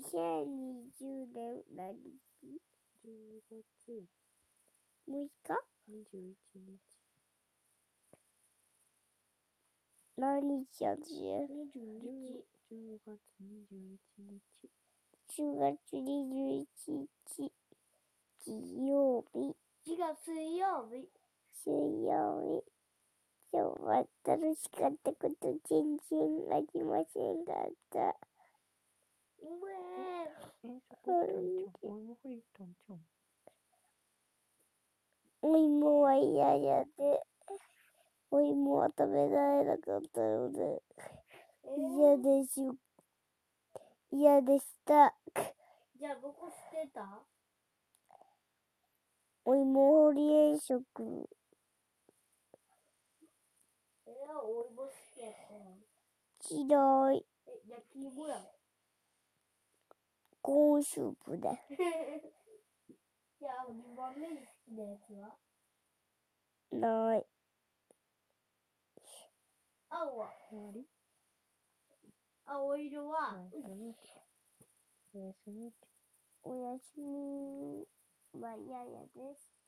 12 2020年何日月 ?6 日21日。何日やつ10 10月21日。 ?10 月21日金曜日、違う、水曜日。水曜日。今日は楽しかったこと全然ありませんかった。うええ、そこ行ったんちゃうお芋掘り行ったんちゃうお芋は嫌やで、お芋は食べられなかったので、え嫌です。嫌でした。じゃあ、僕捨てたお芋掘り遠食。えお芋好きやったやん嫌い。え、焼き芋やん。コーンスープだ。じゃあ、2番目に好きなやつはない。青は、終わり青色は、おやすみ。おやすみ。おやすみは嫌やです。